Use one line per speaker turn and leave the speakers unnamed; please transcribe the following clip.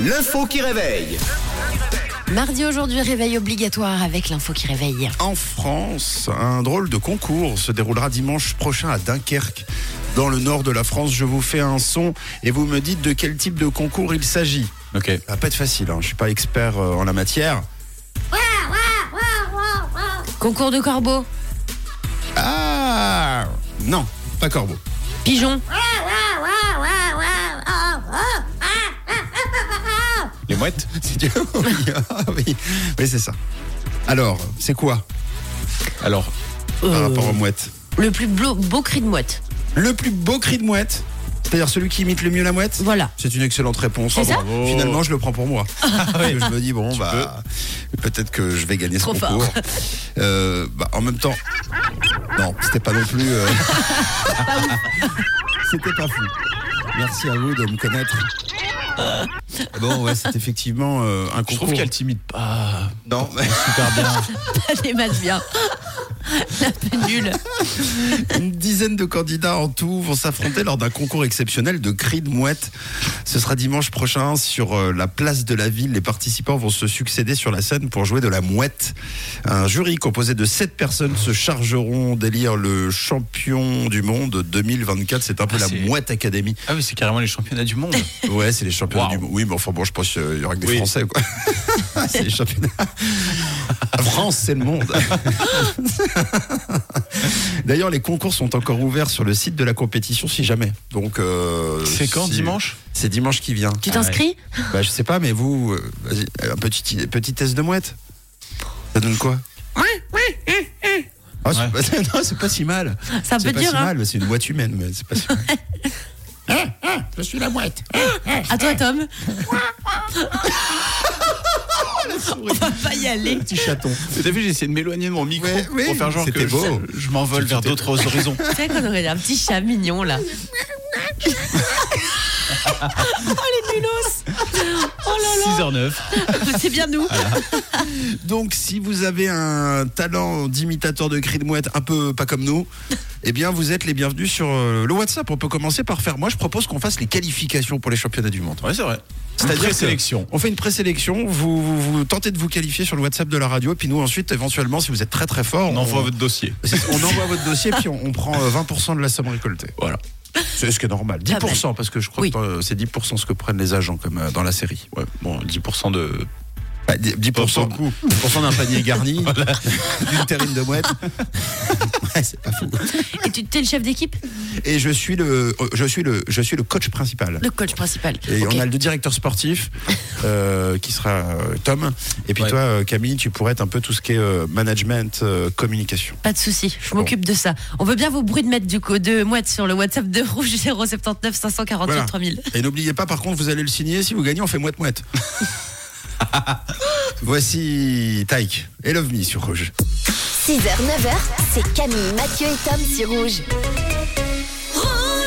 L'info qui réveille.
Mardi aujourd'hui, réveil obligatoire avec l'info qui réveille.
En France, un drôle de concours se déroulera dimanche prochain à Dunkerque. Dans le nord de la France, je vous fais un son et vous me dites de quel type de concours il s'agit.
Ok.
Ça va pas être facile, hein, je suis pas expert euh, en la matière.
Concours de corbeaux,
Ah Non, pas corbeau.
pigeons,
Les mouettes
C'est du- oui, ah oui, oui, c'est ça. Alors, c'est quoi
Alors, euh,
par rapport aux mouettes
le plus beau, beau cri de mouette.
Le plus beau cri de mouette C'est-à-dire celui qui imite le mieux la mouette
Voilà.
C'est une excellente réponse.
C'est ça Ah
Bravo. Finalement, je le prends pour moi. Parce que je me dis, bon, bah, peut-être que je vais gagner
Trop
ce
fort.
concours. Euh, bah, en même temps, non, c'était pas non plus. euh, c'était pas fou. Merci à vous de me connaître.
Ah.
Bon, ouais, c'est effectivement euh, un concours.
je trouve qu'elle timide pas
Non, mais-
super bien.
Pas des masses bien. La pénule.
Une dizaine de candidats en tout vont s'affronter lors d'un concours exceptionnel de cris de mouette. Ce sera dimanche prochain sur euh, la place de la ville. Les participants vont se succéder sur la scène pour jouer de la mouette. Un jury composé de sept personnes se chargeront d'élire le champion du monde 2024. C'est un peu
Ah,
la
c'est-
mouette académie.
Ah oui, c'est carrément les championnats du monde.
Ouais, c'est les championnats
Wow.
du monde. Oui, mais enfin bon, je pense qu'il y aura que des
Oui.
Français. Quoi. c'est les championnats. La France, c'est le monde. D'ailleurs, les concours sont encore ouverts sur le site de la compétition, si jamais. Donc, euh,
C'est quand,
si-
dimanche
C'est dimanche qui vient.
Tu t'inscris
Bah, je sais pas, mais vous, euh, vas-y, un petit, petit test de mouette. Ça donne quoi Ah, c'est
Ouais.
pas- non, c'est pas si mal.
C'est un peu
pas
dur,
si
hein.
mal, c'est une boîte humaine, mais c'est pas si mal. je suis la mouette.
À toi, Tom. On va pas y aller.
Petit chaton.
T'as vu, j'ai essayé de m'éloigner de mon micro
Ouais, oui,
pour faire genre
c'était
que je-
beau.
je, m'envole vers d'autres horizons.
Tu sais qu'on aurait dit un petit chat mignon, là. oh, les nulos Oh là
6h09.
là C'est bien nous
Donc, si vous avez un talent d'imitateur de cris de mouette un peu pas comme nous, eh bien, vous êtes les bienvenus sur euh, le WhatsApp. On peut commencer par faire. Moi, je propose qu'on fasse les qualifications pour les championnats du monde.
Ouais, c'est vrai.
Une
C'est-à-dire
présélection.
sélection.
On fait une présélection. Vous, vous, vous tentez de vous qualifier sur le WhatsApp de la radio. Et puis, nous, ensuite, éventuellement, si vous êtes très très fort,
On envoie votre dossier.
c'est- on envoie votre dossier. Puis, on, on prend euh, 20% de la somme récoltée.
Voilà.
C'est ce qui est normal.
mal.
10%, parce que je crois
Oui.
que euh, c'est 10% ce que prennent les agents, comme euh, dans la série.
Ouais, bon, 10% de.
Bah, 10%,
Pour ton
10% d'un panier garni, d'une terrine de mouette. Ouais, c'est pas fou.
Et tu t'es le chef d'équipe
Et je suis le, euh, je suis le, je suis le coach principal.
Le coach principal.
Et
Ok.
on a le directeur sportif euh, qui sera euh, Tom. Et puis
Ouais.
toi, euh, Camille, tu pourrais être un peu tout ce qui est euh, management, euh, communication.
Pas de souci, je
bon
m'occupe de ça. On veut bien vos bruits de mètres du coup, de mouettes sur le WhatsApp de Rouge 079 548
Voilà.
3000.
Et n'oubliez pas, par contre, vous allez le signer. Si vous gagnez, on fait mouette mouette. Voici Taïk et Love Me sur Rouge.
6h, 9h, c'est Camille, Mathieu et Tom sur Rouge.